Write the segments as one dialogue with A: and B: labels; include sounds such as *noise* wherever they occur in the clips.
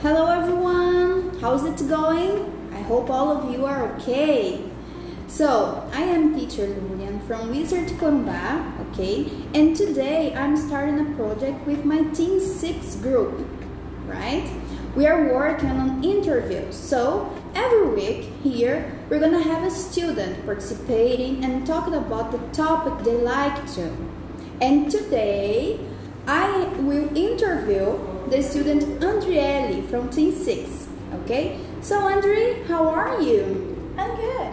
A: Hello everyone, how's it going? I hope all of you are okay. So, I am teacher Lurian from Wizard Corumbá, okay? And today I'm starting a project with my Team 6 group, right? We are working on interviews. So, every week here, we're gonna have a student participating and talking about the topic they like to. And today, I will interview the student Andriele from Team 6, okay? So, Andri, how are you?
B: I'm good.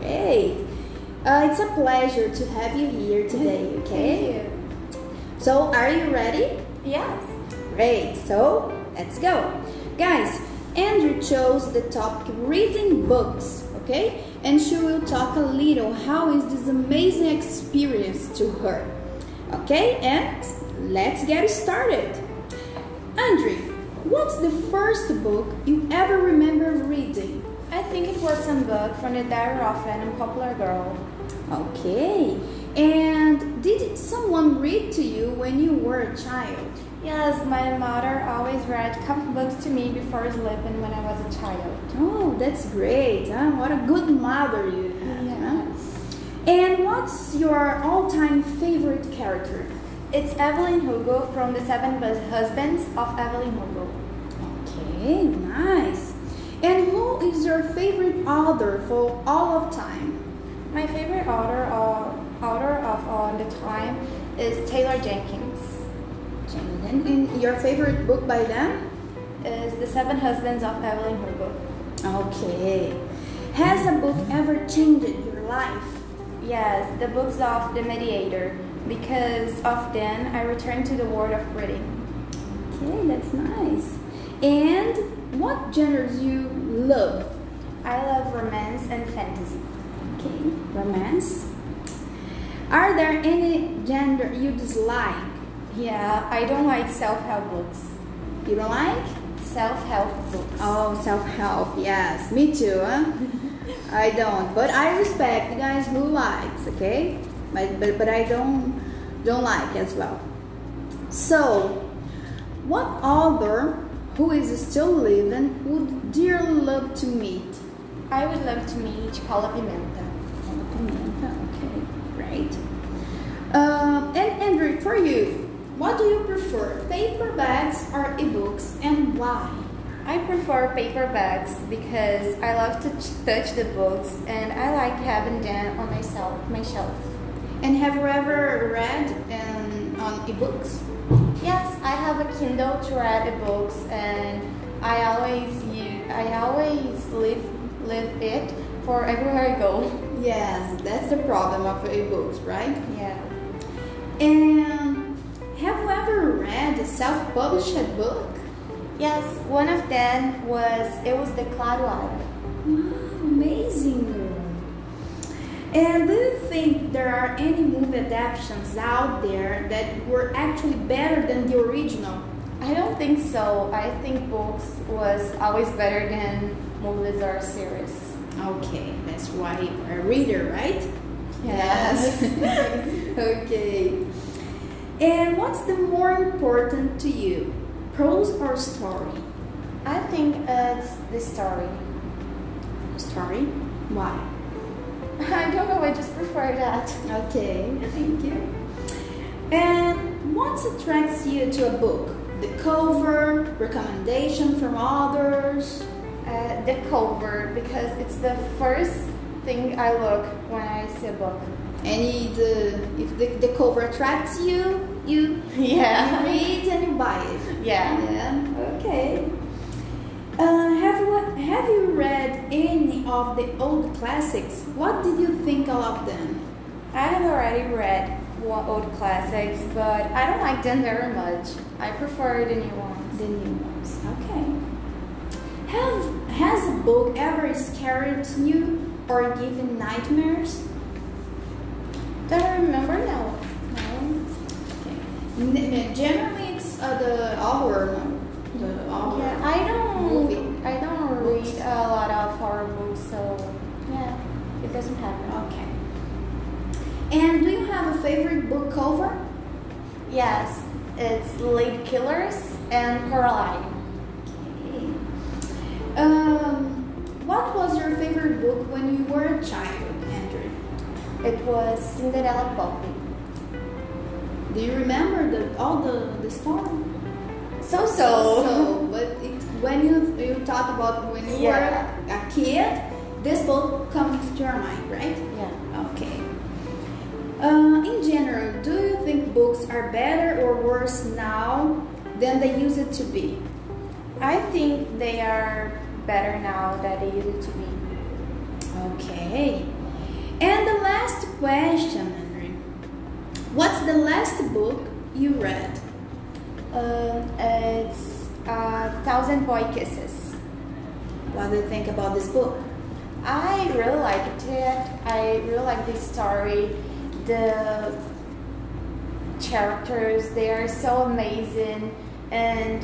A: Great. Uh, it's a pleasure to have you here today, okay?
B: *laughs* Thank you.
A: So, are you ready?
B: Yes.
A: Great. So, let's go. Guys, Andrew chose the topic reading books, okay? And she will talk a little how is this amazing experience to her. Okay? And let's get started. Andrew, what's the first book you ever remember reading?
B: I think it was some book from the Diary of an Unpopular Girl.
A: Okay. And did someone read to you when you were a child?
B: Yes, my mother always read comic books to me before sleeping when I was a child.
A: Oh, that's great. Huh? What a good mother you have. huh? And what's your all time favorite character?
B: It's Evelyn Hugo from The Seven Bus- Husbands of Evelyn Hugo.
A: Okay, nice. And who is your favorite author for all of time?
B: My favorite author, uh, author of all the time is Taylor Jenkins.
A: And, and your favorite book by them?
B: Is The Seven Husbands of Evelyn Hugo.
A: Okay. Has a book ever changed your life?
B: Yes, the books of The Mediator. Because of then, I returned to the world of reading.
A: Okay, that's nice. And what genres you love?
B: I love romance and fantasy.
A: Okay, romance. Are there any gender you dislike?
B: Yeah, I don't like self help books.
A: You don't like?
B: Self help books.
A: Oh, self help. Yes, me too. Huh? *laughs* I don't, but I respect the guys who likes. Okay, but, but but I don't don't like as well. So, what author who is still living would dearly love to meet?
B: I would love to meet Paula Pimenta.
A: Paula Pimenta, Okay, great. Um, and Andrew, for you, what do you prefer, paperbacks or ebooks, and why?
B: I prefer paperbacks because I love to ch- touch the books and I like having them on myself, my shelf.
A: And have you ever read um, on ebooks?
B: Yes, I have a Kindle to read the books and I always use, I always live live it for everywhere I go.
A: Yes, that's the problem of ebooks, right?
B: Yeah.
A: And have you ever read a self-published book?
B: Yes, one of them was it was the Claro Island.
A: Wow, amazing. And do you think there are any movie adaptations out there that were actually better than the original?
B: I don't think so. I think books was always better than movies or series.
A: Okay, that's why you're a reader, right?
B: Yes.
A: okay. And what's the more important to you, prose or story?
B: I think it's the story. *laughs*
A: Story. Why?
B: I don't know. I just prefer that.
A: Okay, thank you. And what attracts you to a book? The cover, recommendation from others.
B: Uh, the cover because it's the first thing I look when I see a book.
A: And it, uh, if the, the cover attracts you, you
B: *laughs*
A: you
B: Yeah.
A: read and you buy it.
B: Yeah.
A: Yeah, okay. Uh, have, you- have you read any of the old classics? What did you think of them?
B: I have already read wa- old classics, but I don't like them very much. I prefer the new ones.
A: The new ones. Okay. Have, has a book ever scared you or given nightmares?
B: Don't remember now.
A: No. Okay. N- generally, it's uh, the horror. no? The horror.
B: Yeah, I don't.
A: Movie.
B: I don't read a lot of horror books, so yeah, it doesn't happen.
A: Okay. And do you have a favorite book cover?
B: Yes, it's Lady Killers and Coraline.
A: Okay. Um, what was your favorite book when you were a child, Andrew?
B: It was Cinderella Poppy.
A: Do you remember the, all the, the story?
B: So
A: So, but it, when you you talk about when you
B: Yeah.
A: were a kid, this book comes to your mind, right?
B: Yeah.
A: Okay. Uh, in general, do you think books are better or worse now than they used to be?
B: I think they are better now than they used to be.
A: Okay. And the last question, Henry. What's the last book you read?
B: Um, it's uh, Thousand Boy Kisses.
A: What do you think about this book?
B: I really liked it. I really like the story. The characters, they are so amazing. And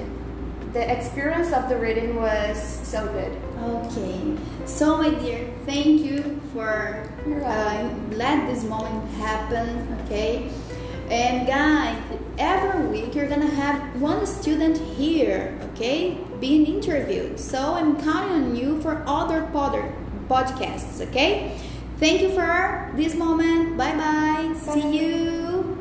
B: the experience of the reading was so good.
A: Okay. So, my dear, thank you for
B: You're
A: uh,
B: welcome.
A: let this moment happen. Okay. And guys, every week you're gonna have one student here. Okay, being interviewed. So I'm counting on you for other pod- podcasts. Okay. Thank you for this moment. Bye bye. See you.